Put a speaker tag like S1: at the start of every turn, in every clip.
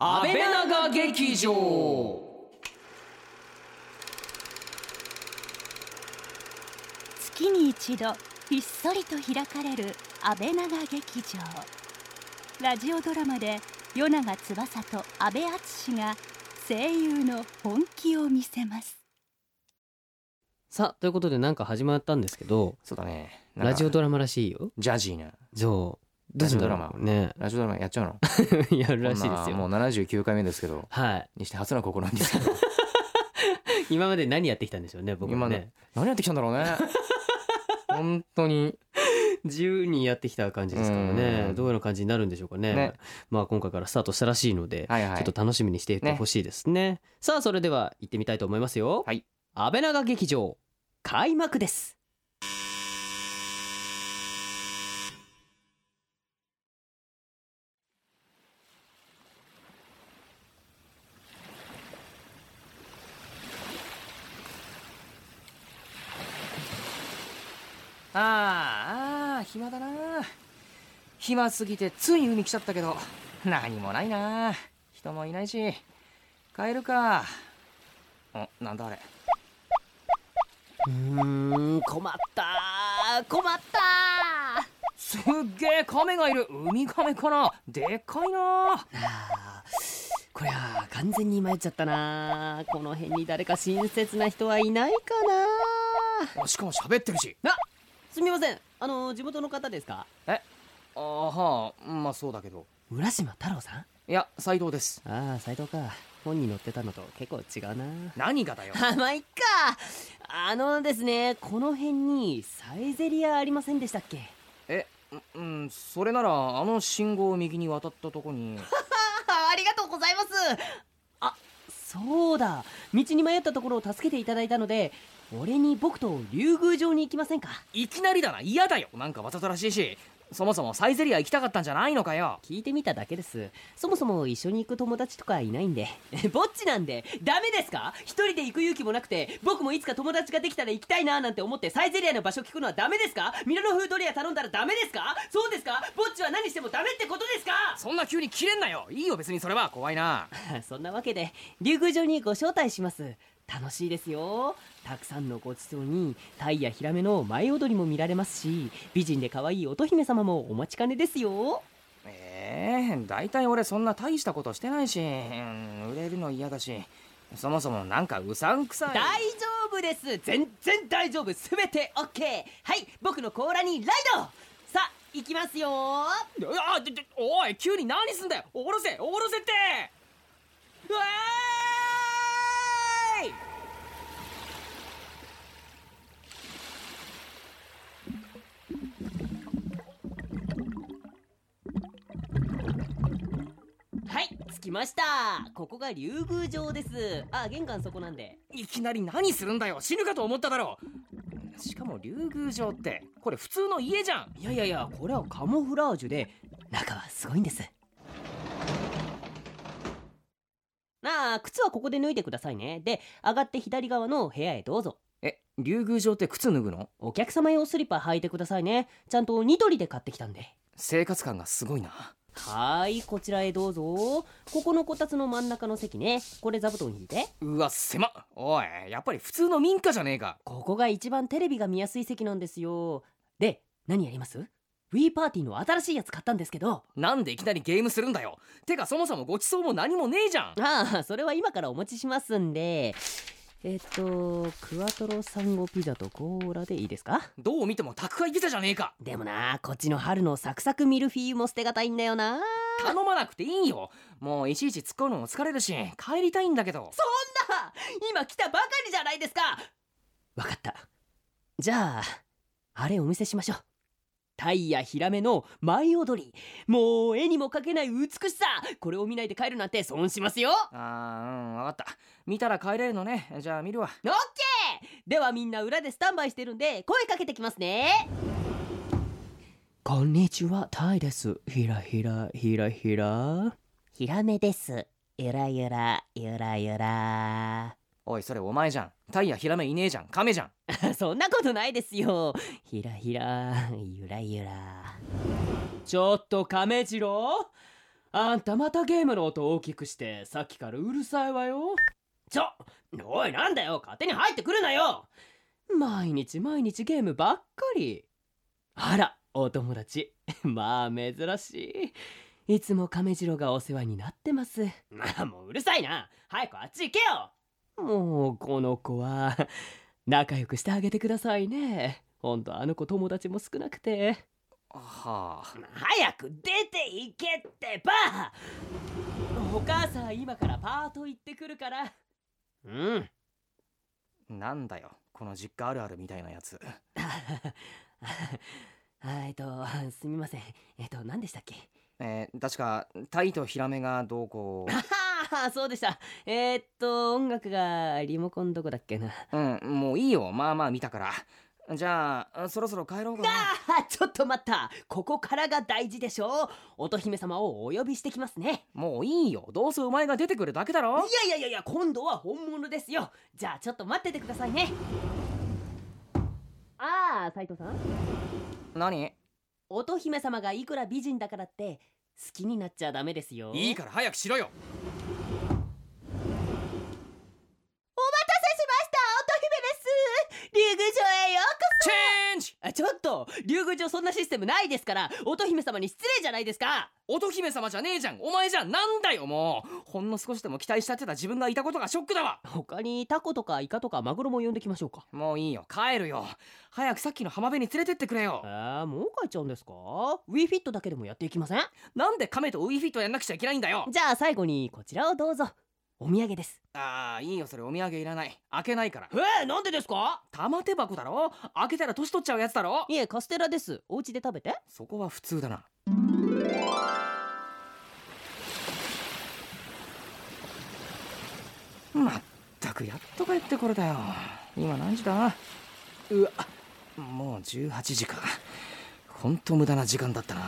S1: 安倍長劇場
S2: 月に一度ひっそりと開かれる安倍長劇場ラジオドラマで与永翼と阿部淳が声優の本気を見せます
S1: さあということでなんか始まったんですけど
S3: そうだね。なんか
S1: ラジオドラマらしいよ
S3: ジャジーな。
S1: そうどうするんだろう ね
S3: ラジオドラマやっちゃうの
S1: やるらしいです
S3: こんなも
S1: よ
S3: う79回目ですけど、
S1: はい
S3: にして初の試みです けど、
S1: 今まで何やってきたんでしょうね僕
S3: 今
S1: は
S3: ね
S1: ね、
S3: 何やってきたんだろうね。本当に。
S1: 自由にやってきた感じですから
S3: う
S1: ね
S3: ん
S1: どういうような感じになるんでしょうかね
S3: ね
S1: まあ今回からスタートしたらしいので、
S3: はいは
S1: ちょ
S3: い
S1: っ。と楽しみにしていてほしいですねさあそれでは行ってみたいと思いますよ
S3: はい
S1: 安倍長劇場開幕です
S3: あーあー、暇だな。暇すぎてつい海来ちゃったけど、何もないな。人もいないし、帰るか。あ、なんだあれ。
S1: うーん困ったー困ったー
S3: すっげえ亀がいるウミガメかなでっかいな
S1: あーこりゃあ完全に迷っちゃったなこの辺に誰か親切な人はいないか
S3: あしかも喋ってるし
S1: なあすみませんあの地元の方ですか
S3: えあはあまあそうだけど
S1: 浦島太郎さ
S3: いや斎藤です
S1: んああ斎藤か本に載ってたのと結構違うな
S3: 何がだよ
S1: あまあいっかあのですねこの辺にサイゼリアありませんでしたっけ
S3: えううんそれならあの信号を右に渡ったとこに
S1: あありがとうございますあそうだ道に迷ったところを助けていただいたので俺に僕と竜宮城に行きませんか
S3: いきなりだな嫌だよなんかわざとらしいしそもそもサイゼリア行きたかったんじゃないのかよ
S1: 聞いてみただけですそもそも一緒に行く友達とかいないんで ぼっちなんでダメですか一人で行く勇気もなくて僕もいつか友達ができたら行きたいななんて思ってサイゼリアの場所聞くのはダメですかミラノ風ドリア頼んだらダメですかそうですかぼっちは何してもダメってことですか
S3: そんな急に切れんなよいいよ別にそれは怖いな
S1: そんなわけで竜宮城にご招待します楽しいですよたくさんのごちそうにタイやヒラメの舞踊りも見られますし美人で可愛い乙姫様もお待ちかねですよ
S3: ええ大体俺そんな大したことしてないし、うん売れるの嫌だしそもそもなんかうさんくさい
S1: 大丈夫です全然大丈夫すべて OK はい僕の甲羅にライドさあ行きますよ
S3: あででおい急に何すんだよおろせおろせってうわーい
S1: はい着きましたここが竜宮城ですあ玄関そこなんで
S3: いきなり何するんだよ死ぬかと思っただろうしかも竜宮城ってこれ普通の家じゃん
S1: いやいやいやこれはカモフラージュで中はすごいんですなあ靴はここで脱いでくださいねで上がって左側の部屋へどうぞ
S3: え竜宮城って靴脱ぐの
S1: お客様用スリッパ履いてくださいねちゃんとニトリで買ってきたんで
S3: 生活感がすごいな
S1: はーいこちらへどうぞここのこたつの真ん中の席ねこれ座布団引いて
S3: うわ狭っおいやっぱり普通の民家じゃねえか
S1: ここが一番テレビが見やすい席なんですよで何やります ?Wii パーティーの新しいやつ買ったんですけど
S3: なんでいきなりゲームするんだよてかそもそもごちそうも何もねえじゃん
S1: ああそれは今からお持ちしますんでえっとクワトロサンゴピザとコーラでいいですか
S3: どう見ても宅配ピザじゃねえか
S1: でもなこっちの春のサクサクミルフィーユも捨てがたいんだよな
S3: 頼まなくていいよもういちいち突っ込むのも疲れるし帰りたいんだけど
S1: 今来たばかりじゃないですかわかったじゃああれお見せしましょうタイやヒラメの舞踊りもう絵にも描けない美しさこれを見ないで帰るなんて損しますよ
S3: あーうん分かった見たら帰れるのねじゃあ見るわ
S1: オッケーではみんな裏でスタンバイしてるんで声かけてきますねこんにちはタイですひらひらひらひらひらめですゆらゆらゆらゆら
S3: おいそれお前じゃんタイやヒラメいねえじゃんカメじゃん
S1: そんなことないですよひらひらゆらゆらちょっと亀次郎あんたまたゲームの音大きくしてさっきからうるさいわよちょおいなんだよ勝手に入ってくるなよ毎日毎日ゲームばっかりあらお友達 まあ珍しいいつも亀次郎がお世話になってます まあもううるさいな早くあっち行けよもうこの子は仲良くしてあげてくださいねほんとあの子友達も少なくて
S3: はあ
S1: 早く出て行けってばお母さん今からパート行ってくるからうん
S3: なんだよこの実家あるあるみたいなやつ
S1: えっとすみませんえっと何でしたっけ
S3: えー確かタイとヒラメがどうこ
S1: ああそうでしたえーっと音楽がリモコンどこだっけな
S3: ううんもういいよまあまあ見たからじゃあそろそろ帰ろうかな
S1: あちょっと待ったここからが大事でしょ乙姫様をお呼びしてきますね
S3: もういいよどうせお前が出てくるだけだろ
S1: いやいやいやいや今度は本物ですよじゃあちょっと待っててくださいねああ斉藤さん
S3: 何
S1: 乙姫様がいくら美人だからって好きになっちゃダメですよ
S3: いいから早くしろよ
S1: せしました乙姫です竜宮城へようこ
S3: チェンジ
S1: そちょっと竜宮城そんなシステムないですから乙姫様に失礼じゃないですか
S3: 乙姫様じゃねえじゃんお前じゃんなんだよもうほんの少しでも期待したってた自分がいたことがショックだわ
S1: 他にタコとかイカとかマグロも呼んできましょうか
S3: もういいよ帰るよ早くさっきの浜辺に連れてってくれよ
S1: えー、もう帰っちゃうんですかウィフィットだけでもやっていきません
S3: なんで亀とウィフィットやんなくちゃいけないんだよ
S1: じゃあ最後にこちらをどうぞお土産です
S3: あーいいよそれお土産いらない開けないから
S1: えー、なんでですか
S3: 玉手箱だろ開けたら年取っちゃうやつだろ
S1: いえカステラですお家で食べて
S3: そこは普通だなまったくやっと帰ってこれだよ今何時だうわもう18時かほんと無駄な時間だったな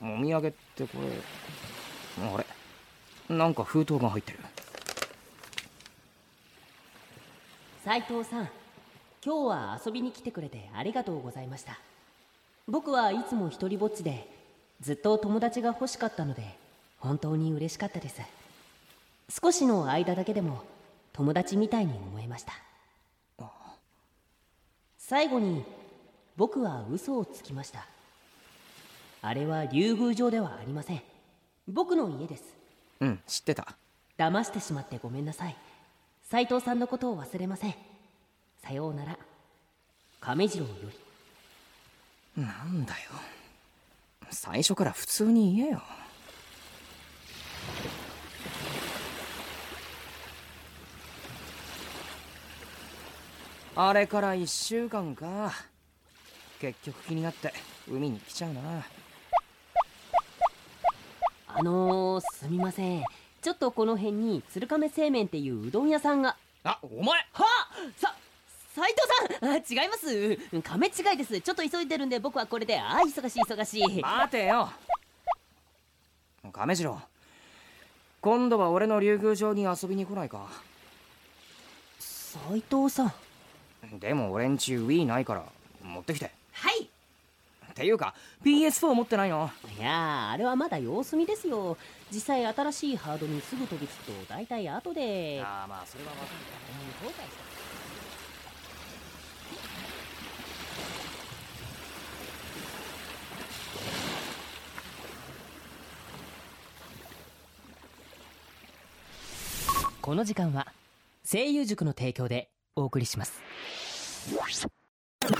S3: お土産ってこれあれなんか封筒が入ってる
S1: 斉藤さん今日は遊びに来てくれてありがとうございました僕はいつも一人ぼっちでずっと友達が欲しかったので本当に嬉しかったです少しの間だけでも友達みたいに思えました最後に僕は嘘をつきましたあれは竜宮城ではありません僕の家です
S3: うん知ってた
S1: 騙してしまってごめんなさい斉藤さんのことを忘れませんさようなら亀次郎より
S3: なんだよ最初から普通に言えよあれから1週間か結局気になって海に来ちゃうな
S1: あのー、すみませんちょっとこの辺に鶴亀製麺っていううどん屋さんが
S3: あお前
S1: はあさ斉藤さんあ違います亀違いですちょっと急いでるんで僕はこれであー忙しい忙しい
S3: 待てよ亀次郎今度は俺の竜宮城に遊びに来ないか
S1: 斉藤さん
S3: でも俺んち Wii ないから持ってきてっ
S1: はい
S3: ていうか PS4 持ってないの
S1: いやーあれはまだ様子見ですよ実際新しいハードにすぐ飛びつくと大体後で
S3: ああまあそれはわかる
S1: 後悔したこの時間は声優塾の提供でお送りします
S2: リスナーと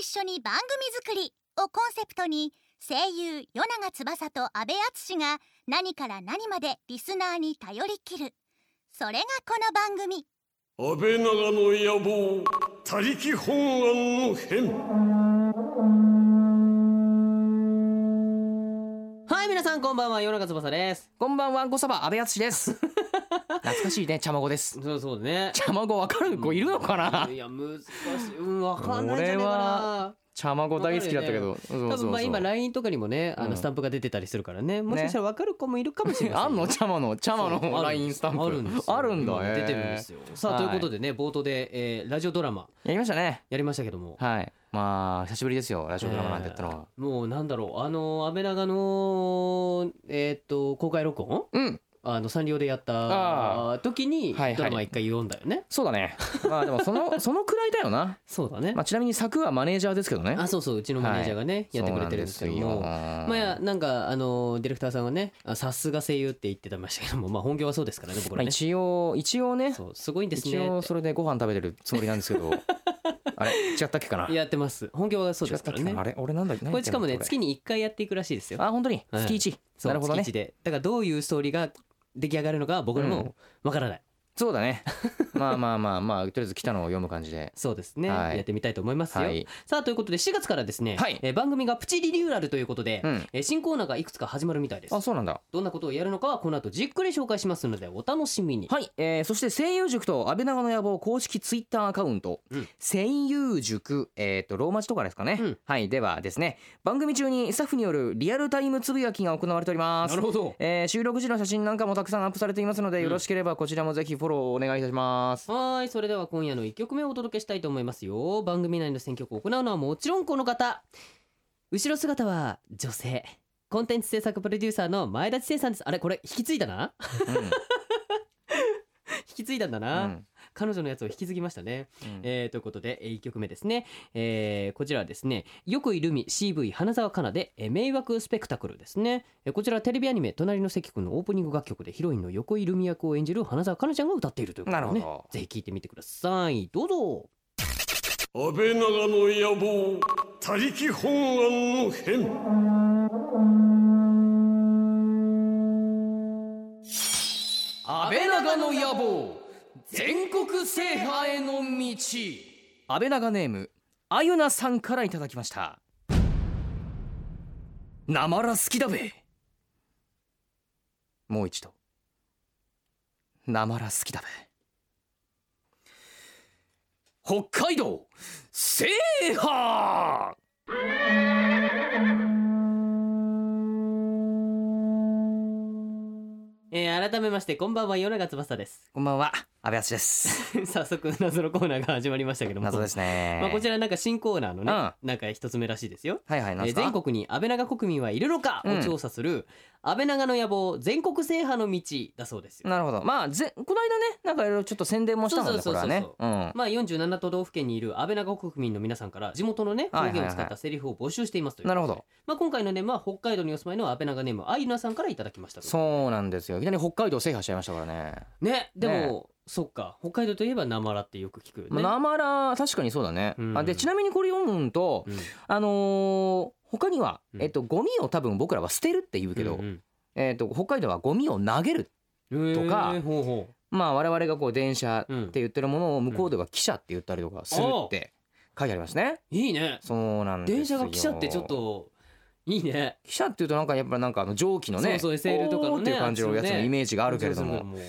S2: 一緒に番組作りをコンセプトに声優与永翼と阿部淳が何から何までリスナーに頼りきるそれがこの番組
S4: 安倍長の野望他力本願の変
S1: はい皆さんこんばんは夜中翼です
S3: こんばんはごさば安部淳です 懐かしいねちゃまごです
S1: そうそうね
S3: ちゃまごわかる子いるのかな
S1: うんいや難しいうんわかんないんじゃねえ
S3: 俺
S1: か
S3: は
S1: な
S3: 茶まご大好きだったけどそう
S4: 多
S3: そうそ
S4: 分
S3: う
S4: まあ今 LINE とかにもねあ
S3: う
S4: の
S3: ん
S4: スタンプが出てたりするからねもしかしたら分かる子もいるかもしれない
S3: あんの茶まの茶
S4: そ
S3: ま
S4: う
S3: の
S4: ある
S3: ラインスタンプ
S4: あるんですよ
S3: あるんだ
S4: 今出てるんですよさあということ
S3: で
S4: でね冒頭でえーラジオドラマ
S3: やりましたね
S4: やりましたけども
S3: はいまあ久しぶりですよラジオドラマなんてやったのは、
S4: えーもうなんだろうあの安倍長のえーっと公開録音
S3: うん
S4: あのサンリオでやっ
S3: あ
S4: た時に
S3: はいはい
S4: ドラマ一回読んだよね
S3: そうだねまあでも そのそのくらいだよな、
S4: そうだね
S3: まあ、ちなみに作はマネージャーですけどね
S4: あそうそううちのマネージャーがねやってくれてるんですけど
S3: そう
S4: も
S3: なんですよ
S4: まあなんかあのディレクターさんがねあさすが声優って言ってましたけどもまあ本業はそうですからね僕
S3: まあ
S4: らね
S3: 一応一応ね
S4: そうすごいんです
S3: 一
S4: ね
S3: 応それでご飯食べてるつもりなんです けどあれ違ったっけかな
S4: やってます本業はそうですから
S3: 違ったっけ
S4: ね
S3: なあれ俺なんだっけ
S4: これしかもね
S3: 何言って
S4: 月に一回やっていくらしいです
S3: ん
S4: よ
S3: だあ本当に
S4: はい
S3: 月一
S4: そう
S3: なるほどね
S4: 月一でだからどういうストーリーが出来上がるのかは僕ら
S3: う
S4: もわからない、
S3: そうだね まあまあまあまあとりあえず来たのを読む感じ で
S4: そうですね、
S3: はい
S4: やってみたいと思いますよ、
S3: はい
S4: さあということで4月からですね、
S3: はい
S4: えー番組がプチリニューアルということで、
S3: うん
S4: えー新コーナーがいくつか始まるみたいです
S3: あそうなんだ
S4: どんなことをやるのかはこの後じっくり紹介しますのでお楽しみに、
S3: はい、えー、そして声優塾と安倍長の野望公式ツイッターアカウント、
S4: うん
S3: 声優塾、えー、とローマ字とかですかね、
S4: うん
S3: はいではですね番組中にスタッフによるリアルタイムつぶやきが行われております
S4: なるほど
S3: えー収録時の写真なんかもたくさんアップされていますので、よろしければこちらもぜひフォローお願いいたします
S4: はーいそれでは今夜の1曲目をお届けしたいと思いますよ番組内の選曲を行うのはもちろんこの方後ろ姿は女性コンテンツ制作プロデューサーの前田知世さんですあれこれ引き継いだな 引き継いだんだ
S3: うん
S4: な、彼女のやつを引き継ぎましたね、
S3: うん
S4: えーということで1曲目ですね、えーこちらはですねよくいるみ CV 花澤香菜で、えー迷惑スペクタクルですね、えーこちらはテレビアニメ隣の関君のオープニング楽曲でヒロインの横井ルミ役を演じる花澤香菜ちゃんが歌っているということで、ね、
S3: なるほど
S4: ぜひ聴いてみてくださいどうぞ
S5: 安倍長の野望他力本願の変
S3: 安倍長の野望全国制覇への道安倍長ネームあゆなさんからいただきましたなまら好きだべもう一度なまら好きだべ北海道制覇
S4: えー改めましてこんばんは夜長翼です
S3: こんばんは安倍敦です
S4: 早速謎のコーナーが始まりましたけども
S3: 謎ですね
S4: まあ、こちらなんか新コーナーのね、
S3: う
S4: なんか一つ目らしいですよ
S3: はいはいな
S4: え
S3: ん
S4: ー
S3: ですか
S4: 全国に安倍長国民はいるのかを調査する、安倍長の野望全国制覇の道だそうですよ。
S3: なるほどまあぜこの間ねなんかいろいろちょっと宣伝もしたもんね
S4: そ
S3: こ
S4: う
S3: れ
S4: そうそ
S3: は
S4: うそう
S3: ねうん
S4: まあ、47都道府県にいる安倍長国民の皆さんから地元のね
S3: は
S4: 方
S3: いはいはい
S4: 言を使ったセリフを募集していますという
S3: なるほど
S4: まあ、今回のネームは北海道にお住まいの安倍長ネームあゆなさんからいただきましたと
S3: そうなんですよいきなり北海道制覇しちゃいましたからね
S4: ねでも、
S3: ね
S4: そっか北海道といえばなまらってよく聞くよね、
S3: まあなまら確かにそうだね、
S4: うん
S3: あでちなみにこれ読むんと、
S4: うん
S3: あのー他には、
S4: うん
S3: えっと、ゴミを多分僕らは捨てるって言うけど、
S4: うん
S3: えっと、北海道はゴミを投げる
S4: うん
S3: とか
S4: へーほうほう
S3: まあ我々がこう電車
S4: うん
S3: って言ってるものを向こうでは汽車って言ったりとかするって書いてありますね、
S4: いいね
S3: そうなんですよ
S4: 電車が汽車ってちょっといいね
S3: 汽車っていうとなんかやっぱなんかあの蒸気のね
S4: そうそう SL とかのね
S3: おーっていう感じのやつのイメージがあるけれども、
S4: そうそうそう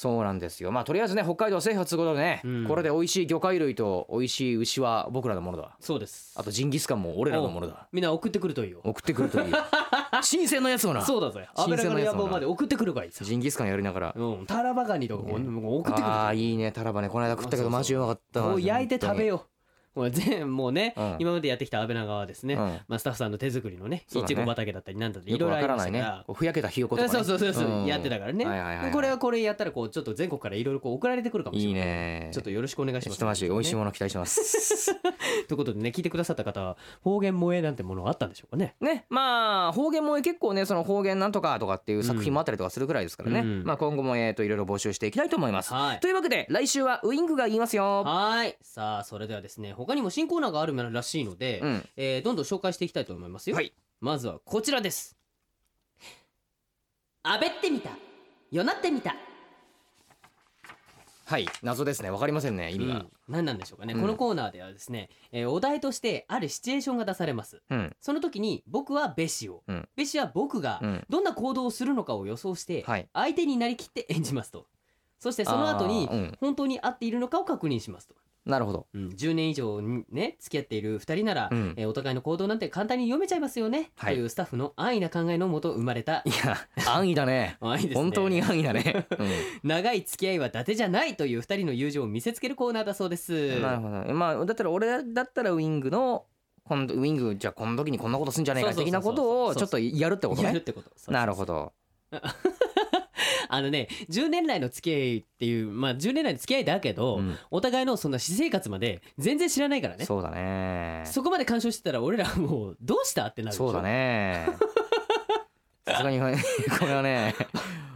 S3: そうなんですよまあとりあえずね北海道制覇ということでね、
S4: うん
S3: これで美味しい魚介類と美味しい牛は僕らのものだ
S4: そうです
S3: あとジンギスカンも俺らのものだ
S4: みんな送ってくるといいよ
S3: 送ってく るといい新鮮なやつをな
S4: そうだぜ
S3: 新
S4: 油
S3: 鮮
S4: の
S3: な
S4: 野
S3: やつもな
S4: 望まで送ってくるがいいさ
S3: ジンギスカンやりながら
S4: うんタラバガニとかももう送ってくる
S3: あ
S4: か
S3: あ
S4: ら
S3: いいねタラバねこの間食ったけ
S4: そうそうそ
S3: ど
S4: う
S3: マジうまかった
S4: もう焼いて食べ
S3: う
S4: ようもう全もうね
S3: うん
S4: 今までやってきた安倍長はですね
S3: うん
S4: まあスタッフさんの手作りのね
S3: そ
S4: い
S3: うだ
S4: ち
S3: ね
S4: ご畑だったりなんだってい
S3: よく
S4: ろいろ
S3: わ
S4: あ
S3: か
S4: り
S3: ら
S4: ま
S3: な
S4: し
S3: い
S4: た
S3: ね
S4: が
S3: こうふやけたひよことか、ね、
S4: そうそうそうそうんやってたから
S3: はいはいはいは
S4: ね
S3: い
S4: これはこれやったらこうちょっと全国からいろいろこう送られてくるかもし
S3: い
S4: れ
S3: い
S4: ない
S3: ね
S4: ちょっとよろしくお願いします
S3: ひとまじ美味しいもの期待してます
S4: ということでね聞いてくださった方は方言萌えなんてものはあったんでしょうかね
S3: ねまあ方言も結構ねその方言なんとかとかっていう作品もあったりとかするくらいですからね、
S4: うん
S3: まあ今後もえっ、といろいろ募集していきたいと思います、
S4: はい
S3: というわけで来週はウイングが言いますよ
S4: はーいさあそれではですね他にも新コーナーがあるらしいので、
S3: うん
S4: えーどんどん紹介していきたいと思いますよ、
S3: はい
S4: まずはこちらですあべってみたよなってみた
S3: はい謎ですねわかりませんね意味
S4: う
S3: が
S4: ん、何なんでしょうかね、
S3: うん
S4: このコーナーではですね、えーお題としてあるシチュエーションが出されます
S3: うん
S4: その時に僕はベシを、
S3: うん
S4: ベシは僕が
S3: うん
S4: どんな行動をするのかを予想して
S3: はい
S4: 相手になりきって演じますとそしてその後に
S3: あーうん
S4: 本当に合っているのかを確認しますと
S3: なるほど
S4: うん、10年以上にね付き合っている2人なら、
S3: うん
S4: えーお互いの行動なんて簡単に読めちゃいますよね、
S3: はい
S4: というスタッフの安易な考えのもと生まれた
S3: いや安易だね
S4: 安易ですね
S3: 本当に安易だね、
S4: 長い付き合いは伊達じゃないという2人の友情を見せつけるコーナーだそうです。
S3: なるほどまあだったら俺だったらウィングのこんウィングじゃあこの時にこんなことすんじゃねえか
S4: そうそうそう
S3: 的なこと
S4: そ
S3: を
S4: う
S3: ちょっとやるってこと
S4: やるっ
S3: ね
S4: てことそうそうそう
S3: なるほど
S4: あのね10年来の付き合いっていうまあ10年来の付き合いだけど、
S3: うん
S4: お互いのそんな私生活まで全然知らないからねそ
S3: そうだね
S4: こまで干渉してたら俺らもうどうしたってなるでしょ
S3: そう だねさすがにこれはね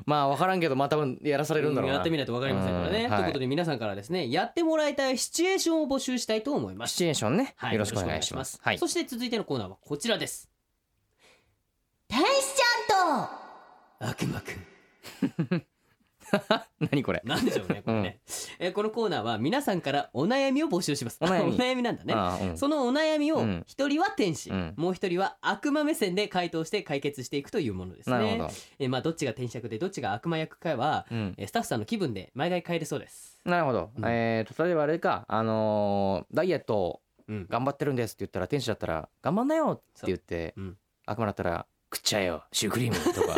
S3: まあ分からんけどまたやらされるんだろうな
S4: やってみないと分かりませんからね、
S3: うんはい
S4: ということで皆さんからですねやってもらいたいシチュエーションを募集したいと思います
S3: シチュエーションね、
S4: はい
S3: よろしくお願いします
S4: よろ
S3: は
S4: しくお願い
S3: い
S4: しそして続いてのコーナーはこちらです
S6: 天使ちゃんと
S4: 悪魔くん
S3: 何これ
S4: なんでしょうねこれね、えーこのコーナーは皆さんからお悩みを募集します
S3: お悩み
S4: なんだね
S3: ああうん
S4: そのお悩み
S3: う
S4: を
S3: ん
S4: 一人は天使、
S3: うん
S4: もう一人は悪魔目線で回答して解決していくというものですね
S3: なるほど、
S4: えーまあどっちが天使役でどっちが悪魔役かは、
S3: うん、
S4: えースタッフさんの気分で毎回変えるそうです
S3: なるほど、
S4: うん
S3: えーと例えばあれかあのーダイエット
S4: うん
S3: 頑張ってるんですって言ったら天使だったら頑張んなよって言って、
S4: そううん
S3: 悪魔だったら食っちゃえよシュークリーム とか、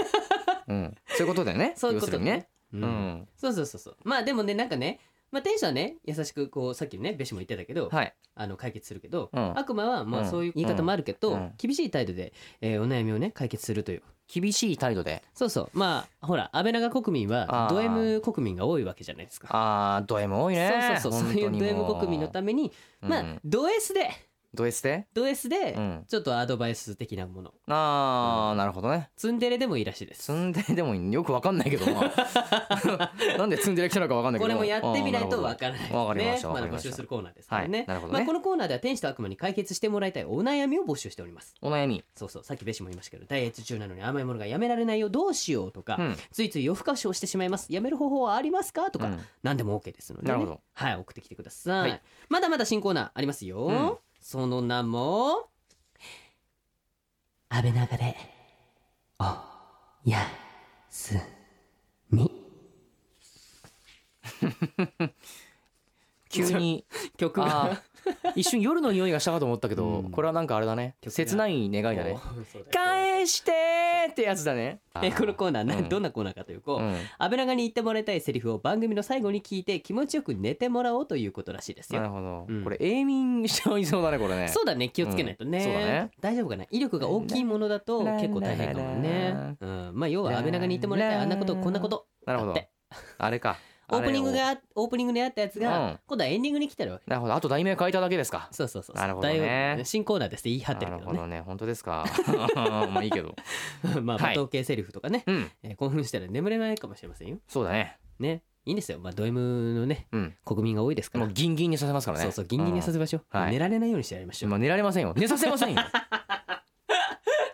S3: うん、そういうことだよね
S4: そういうこと
S3: 要するにね、
S4: う
S3: うん
S4: んそうそうそうそうまあでもねなんかねまあ天使はね優しくこうさっきねべしも言ってたけど、
S3: はい
S4: あの解決するけど、
S3: うん
S4: 悪魔はまあ
S3: うん
S4: そういう言い方もあるけど、
S3: うん
S4: 厳しい態度で、えーお悩みをね解決するという
S3: 厳しい態度で
S4: そうそうまあほら安倍長国民は
S3: あー
S4: ド M 国民が多いわけじゃないですか
S3: あード M 多いね
S4: そうそうそうそういうド M 国民のために、
S3: め
S4: まあド S で
S3: ド S で、
S4: ド S で、
S3: うん、
S4: ちょっとアドバイス的なもの
S3: あー、なるほどね
S4: ツンデレでもいいらしいです
S3: ツンデレでもいいよくわかんないけど な なんでツンデレ来たのかわかんないけ
S4: こ
S3: ど
S4: れもやってみないと
S3: あー
S4: わ
S3: る
S4: からないですね
S3: わかりましたわ
S4: ま
S3: か
S4: だ
S3: り
S4: 募
S3: ました
S4: 集するコーナーですからね,、
S3: はいなるほどね
S4: まあ、このコーナーでは天使と悪魔に解決してもらいたいお悩みを募集しております
S3: ほどお悩み、
S4: そうそうさっきベシも言いましたけどダイエット中なのに甘いものがやめられないよどうしようとか、
S3: うん
S4: ついつい夜更かしをしてしまいますやめる方法はありますかとか、
S3: うん
S4: 何でも OK ですので、ね、
S3: なるほど
S4: はい送ってきてください、
S3: はい
S4: まだまだ新コーナーありますよ、
S3: うん
S4: その名も安倍長でおやすみ
S3: 急に
S4: 曲が
S3: あー一瞬夜の匂いがしたかと思ったけど、
S4: うん
S3: これはなんかあれだね
S4: 曲が
S3: 切ない願いだね
S4: おそうだよ
S3: 返してーってやつだね
S4: え このコーナーな、
S3: うん
S4: どんなコーナーかというと、
S3: うん
S4: 安倍長に言ってもらいたいセリフを番組の最後に聞いて気持ちよく寝てもらおうということらしいです
S3: な
S4: よ
S3: るほど、
S4: うん
S3: これ永眠しちゃいそうだねこれね
S4: そうだね気をつけないとね,、
S3: うんそうだね
S4: 大丈夫かな威力が大きいものだと
S3: ね
S4: 結構大変かもね
S3: ね、
S4: うん、まあ要は安倍長に言ってもらいたい
S3: ね
S4: あんなことこんなこと
S3: なるほ
S4: だっ
S3: ど
S4: て
S3: あれか
S4: オープニング
S3: あれを
S4: がオープニングであったやつが、
S3: うん
S4: 今度はエンディングに来てるわけ
S3: なるほどあと題名変えただけですか
S4: そうそうそう
S3: なるほどね
S4: だいぶ新コーナーですって言い張ってる
S3: な
S4: けど
S3: るほ
S4: ね
S3: どね本当ですか まあいいけど
S4: まあ
S3: は
S4: 罵
S3: い
S4: 倒系セリフとかね、
S3: うん
S4: えー興奮したら眠れないかもしれませんよ
S3: そうだね
S4: ねいいんですよまあド M のね
S3: うん
S4: 国民が多いですから
S3: もうギンギンにさせますからね
S4: そうそうギンギンにさせましょう、
S3: うんはい
S4: 寝られないようにしてやりましょう、
S3: まあ寝られませんよ寝させ ませんよ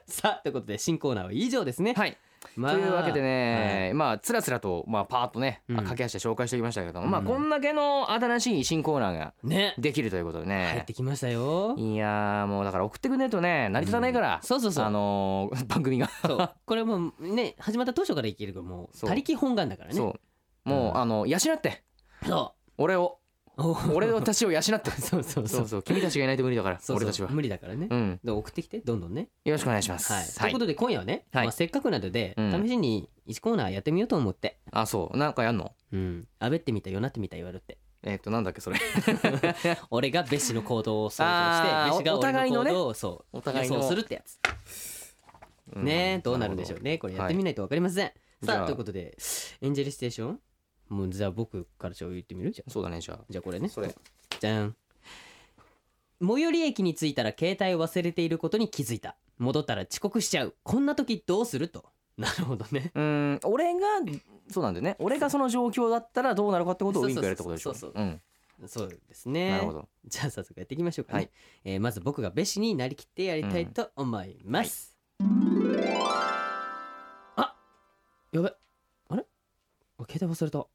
S4: さあということで新コーナーは以上ですね、
S3: はい
S4: まあ
S3: というわけでね、まあつらつらと、まあ、パーッとね、
S4: うん
S3: 駆け足で紹介してきましたけども、まあ
S4: うん
S3: こんだけの新しい新コーナーが
S4: ね
S3: できるということで
S4: 入っ
S3: ね
S4: て、きましたよ
S3: いやーもうだから送ってくんねえとね成り立たないから、
S4: そうそうそう、
S3: あのー番組が、
S4: そうこれもうね始まった当初からいけるからもう
S3: そう
S4: 他力本願だからねそ
S3: そうもう、
S4: うん
S3: あの養って
S4: うそ
S3: 俺を俺たちを養って
S4: そうそうそ
S3: そううそう君たちがいないと無理だから
S4: そう
S3: 俺たちは
S4: 無理だからね、
S3: うん
S4: で送ってきてどんどんね、
S3: よろしくお願いしま
S4: はい
S3: す、
S4: ということで今夜はね、
S3: はい
S4: まあ、せっかくなので、
S3: うん
S4: 試しに1コーナーやってみようと思って
S3: あそうなんかやんの
S4: うんあべってみたよなってみた言われて
S3: えっ、となんだっけそれ
S4: 俺がベシの行動を想像
S3: あ
S4: し
S3: ー
S4: てベシが
S3: お
S4: 俺
S3: 互い
S4: の
S3: の
S4: 行
S3: ね
S4: 動をそう
S3: お互いの
S4: 予想するってやつ ねどうなるんでしょうねこれやってみないとわかりません、
S3: じ
S4: さ
S3: ゃ
S4: あ
S3: あ
S4: ということでエンジェルステーションもうじゃあ僕からちょっと言ってみるじゃあ
S3: そうだねじゃあ
S4: じゃあこれね
S3: それ
S4: じゃん最寄り駅に着いたら携帯を忘れていることに気づいた戻ったら遅刻しちゃうこんな時どうするとなるほどね
S3: うーん俺がそうなんだよね俺がその状況だったらどうなるかってことを
S4: そ
S3: ウ
S4: う
S3: ィンクやるってことでしょ
S4: そうそう
S3: うん
S4: そうですね
S3: なるほど
S4: じゃあ早速やっていきましょうかね、
S3: はい
S4: えーまず僕がベシになりきってやりたいと思います、あやべあれあ携帯忘れた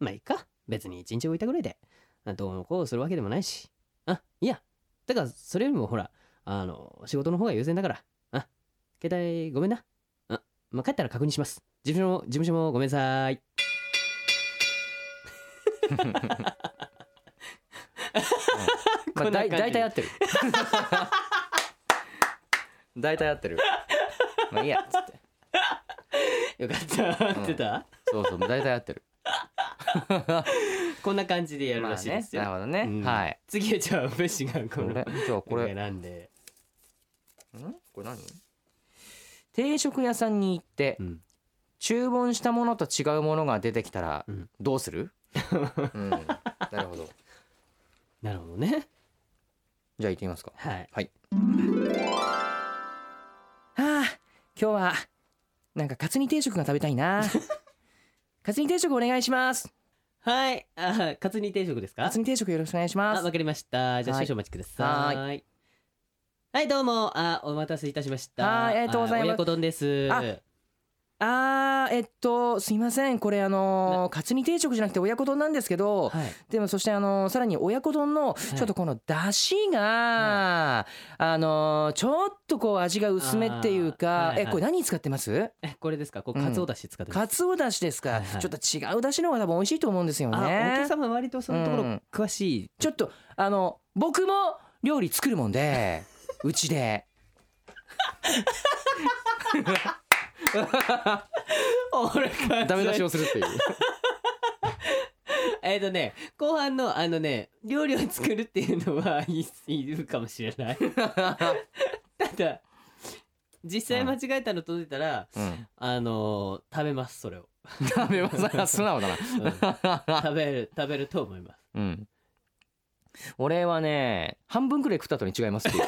S4: まあいいか別に一日置いたぐらいであどうのこうするわけでもないしあいいやだからそれよりもほらあの仕事の方が優先だからあ携帯ごめんなあまあ帰ったら確認します事務所も事務所もごめんなさい
S3: ま
S4: こ
S3: あ、だい
S4: んな感じ
S3: 大体合ってる 大体合ってるまあいいやっつって
S4: よかった合ってた、
S3: そうそう大体合 ってる
S4: こんな感じでやる
S3: ま
S4: ら
S3: あ
S4: しいで
S3: ね
S4: すよ、
S3: なるほどね、
S4: うん
S3: はい
S4: 次はじゃあ武士がこ
S3: こ
S4: の
S3: れじゃあこれん
S4: 選んで
S3: これ何定食屋さんに行って、
S4: うん
S3: 注文したものと違うものが出てきたら
S4: うん
S3: どう する、うん、なるほど
S4: なるほどね
S3: じゃあ行ってみますか
S4: はい
S3: ああ今日はなんかカツ煮定食が食べたい なカツ煮定食お願いします
S4: はいあカツ煮定食ですか
S3: カツ煮定食よろしくお願いし
S4: あ
S3: ます
S4: わかりましたじゃあ
S3: は
S4: 少
S3: い
S4: 々お待ちください
S3: は
S4: はいどうもあお待たせいたしました
S3: はいありがとうございます
S4: あ親子丼です
S3: ああーえっとすいませんこれあのーカツ煮定食じゃなくて親子丼なんですけど、
S4: はい
S3: でもそしてあのさらに親子丼の
S4: い
S3: ちょっとこの出汁が、あのちょっとこう味が薄めっていう
S4: あー
S3: か、
S4: はいはい
S3: えこれ何使ってます？
S4: えこれですかこう
S3: うん
S4: カツオだし使ってます、
S3: かつお出汁ですか、
S4: はいはい
S3: ちょっと違う出汁の方が多分美味しいと思うんですよ
S4: あお
S3: ね
S4: 客。様割とそういうところ
S3: うん
S4: 詳しい、
S3: ちょっとあの僕も料理作るもん でうちで。
S4: 俺から
S3: をするっていう。
S4: えっとね後半のあのね料理を作るっていうのはい いいるかもしれ ないただ実際間違えたの届いたら、
S3: うん、
S4: あのー食べますそれを、
S3: ダメは素直だな。
S4: うん食べる食べると思います
S3: うん。俺はね半分くらい食った後に違いますっていう。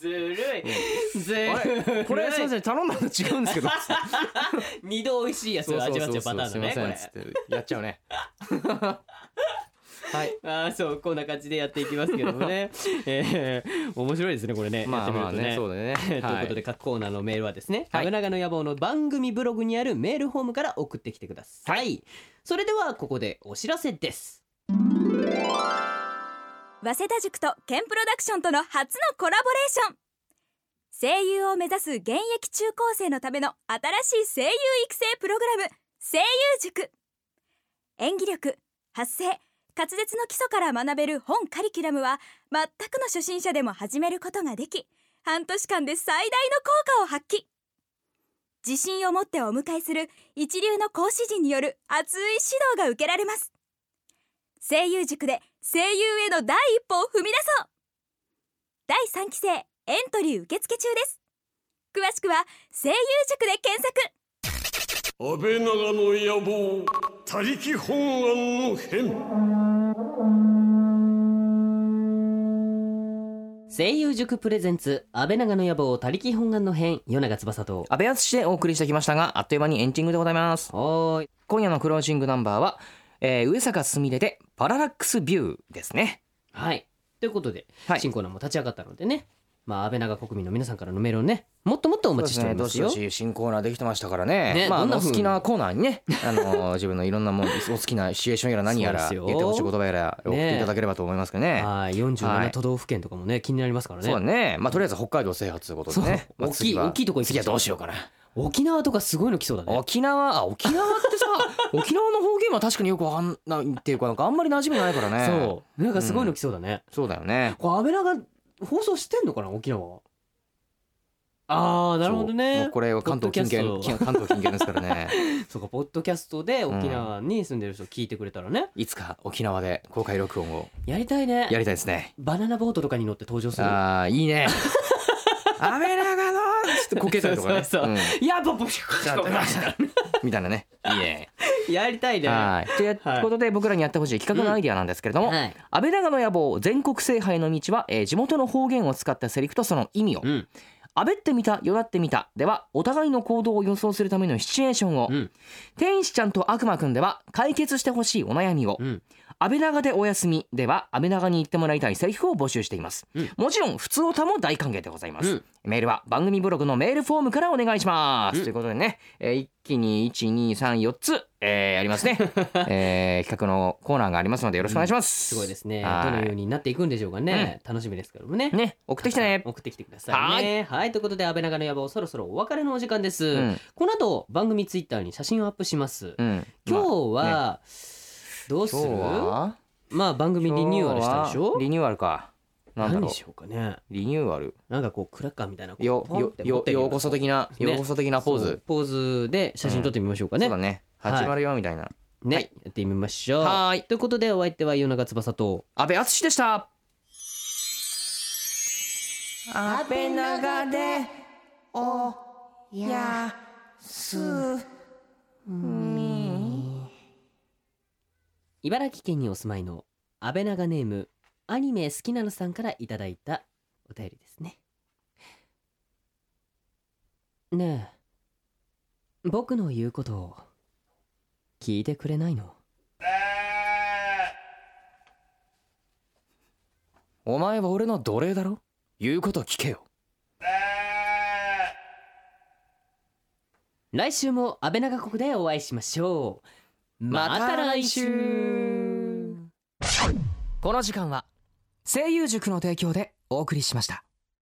S4: ずるいずるい
S3: あれこれすいません頼んだの違うんです けど。
S4: 二度美味しいやつを味わっちゃうパターンだねこ
S3: っつってやっちゃうね。はい。
S4: れああそうこんな感じでやっていきますけども ね、えー、面白いですねこれね
S3: まあま
S4: や
S3: あね、
S4: ってみる
S3: そ
S4: と
S3: うだね。
S4: という
S3: は
S4: ことで
S3: い。
S4: 各コーナーのメールはですね「
S3: はい
S4: 安倍長の野望」の番組ブログにあるメールフォームから送ってきてください、それではここでお知らせです
S2: 早稲田塾とケンプロダクションとの初のコラボレーション声優を目指す現役中高生のための新しい声優育成プログラム声優塾演技力発声滑舌の基礎から学べる本カリキュラムは全くの初心者でも始めることができ半年間で最大の効果を発揮自信を持ってお迎えする一流の講師陣による熱い指導が受けられます声優塾で声優への第一歩を踏み出そう第3期生エントリー受付中です詳しくは声優塾で検索
S5: 安倍長の野望他力本願の変
S4: 声優塾プレゼンツ安倍長の野望他力本願の編与永翼と
S3: 安倍淳でお送りしてきましたが、あっという間にエンディングでございます。
S4: はーい
S3: 今夜のクロージングナンバーは、えー上坂すみれでパララックスビューですね。
S4: はいということで、
S3: はい
S4: 新コーナーも立ち上がったのでねまあ安倍長国民の皆さんからのメールをねもっともっとお待ちしておりますよ
S3: どしどし新コーナーできてましたからね。
S4: ね
S3: まあ、
S4: ど
S3: あ
S4: んな
S3: のお
S4: 風
S3: 好
S4: に
S3: きなコーナーにね、 あの自分のいろんなもん、お好きなシチュエーションやら何やら、
S4: そうですよ
S3: 言ってほしい言葉やら送っていただければと思いますけどね。
S4: はい
S3: はい
S4: 47都道府県とかもね気になりますから
S3: そうだ
S4: ね
S3: ね。まあとりあえず北海道制覇ということでね
S4: そう。
S3: まあ
S4: 大きい
S3: 次は
S4: 大きいとこ行きま
S3: 次は
S4: しょう
S3: どうしようかな。
S4: 沖縄とかすごいの来そうだね
S3: 沖縄あ沖縄って さ沖縄の方言は確かによくわかんないっていうかなんかあんまり馴染みないからね。
S4: そうなんかすごいの来そうだね、
S3: そうだよね。
S4: これ安倍長放送してんのかな沖縄はああなるほど
S3: そうも
S4: ね
S3: うこれは関東近
S4: ポッド
S3: 県
S4: キャス
S3: 関東近県ですからね。
S4: トそうかポッドキャストで沖縄に住んでる人聞いてくれたらね、
S3: いつか沖縄で公開録音を
S4: やりたいね
S3: やりたいですね。
S4: バナナボートとかに乗って登場する
S3: ああいい ね。アメリカのちょっとこけたりとかね。
S4: そうそうそう
S3: うん
S4: やっぱ僕
S3: みたいなね。いいね。
S4: やりたいね
S3: はい。ということで僕らにやってほしい企画のアイディアなんですけれども、
S4: はい
S3: 安倍長の野望全国制覇への道は、えー地元の方言を使ったセリフとその意味を、
S4: うん
S3: 安倍ってみたよだってみたではお互いの行動を予想するためのシチュエーションを、
S4: うん
S3: 天使ちゃんと悪魔くんでは解決してほしいお悩みを、
S4: うん
S3: 安倍長でお休みでは安倍長に言ってもらいたいセリフを募集しています、
S4: うん
S3: もちろん普通歌も大歓迎でございます、
S4: うん
S3: メールは番組ブログのメールフォームからお願いします、
S4: うん
S3: ということでね、えー一気に1234つ、えーあ りますね、えー企画のコーナーがありますのでよろしくお願いします、
S4: すごいですね
S3: はい
S4: どのようになっていくんでしょうかね、楽しみですけどもね
S3: ね送ってきてね
S4: 送ってきてくださいねはいということで安倍長の野望そろそろお別れのお時間です、
S3: うん
S4: この後番組ツイッターに写真をアップします、
S3: うん
S4: 今日は、どうする
S3: 今日は
S4: まあ番組リニューアルしたでし
S3: 今日
S4: ょ
S3: はリニューアルかなんだ
S4: 何
S3: ろ
S4: に
S3: う
S4: しようかね
S3: リニューアル
S4: なんかこうクラッカーみたいなこう
S3: よ
S4: ポンっ
S3: よ
S4: て持
S3: よ
S4: ってる
S3: ようこそ的な
S4: ね
S3: ようこそ的なポーズ
S4: ポーズで写真撮ってみましょうか
S3: そ
S4: ね
S3: うだね
S4: はい
S3: 始まるよみたいな
S4: ね、
S3: はい
S4: やってみましょう
S3: はーい
S4: ということでお相手は夜中翼と
S3: 安倍敦でした安倍長でおやす
S4: 茨城県にお住まいの安倍長ネームアニメ好きなのさんからいただいたお便りですねねえ僕の言うことを聞いてくれないの
S3: お前は俺の奴隷だろ言うこと聞けよ
S4: 来週も安倍長国でお会いしましょうまた来週
S3: この時間は声優塾の提供でお送りしました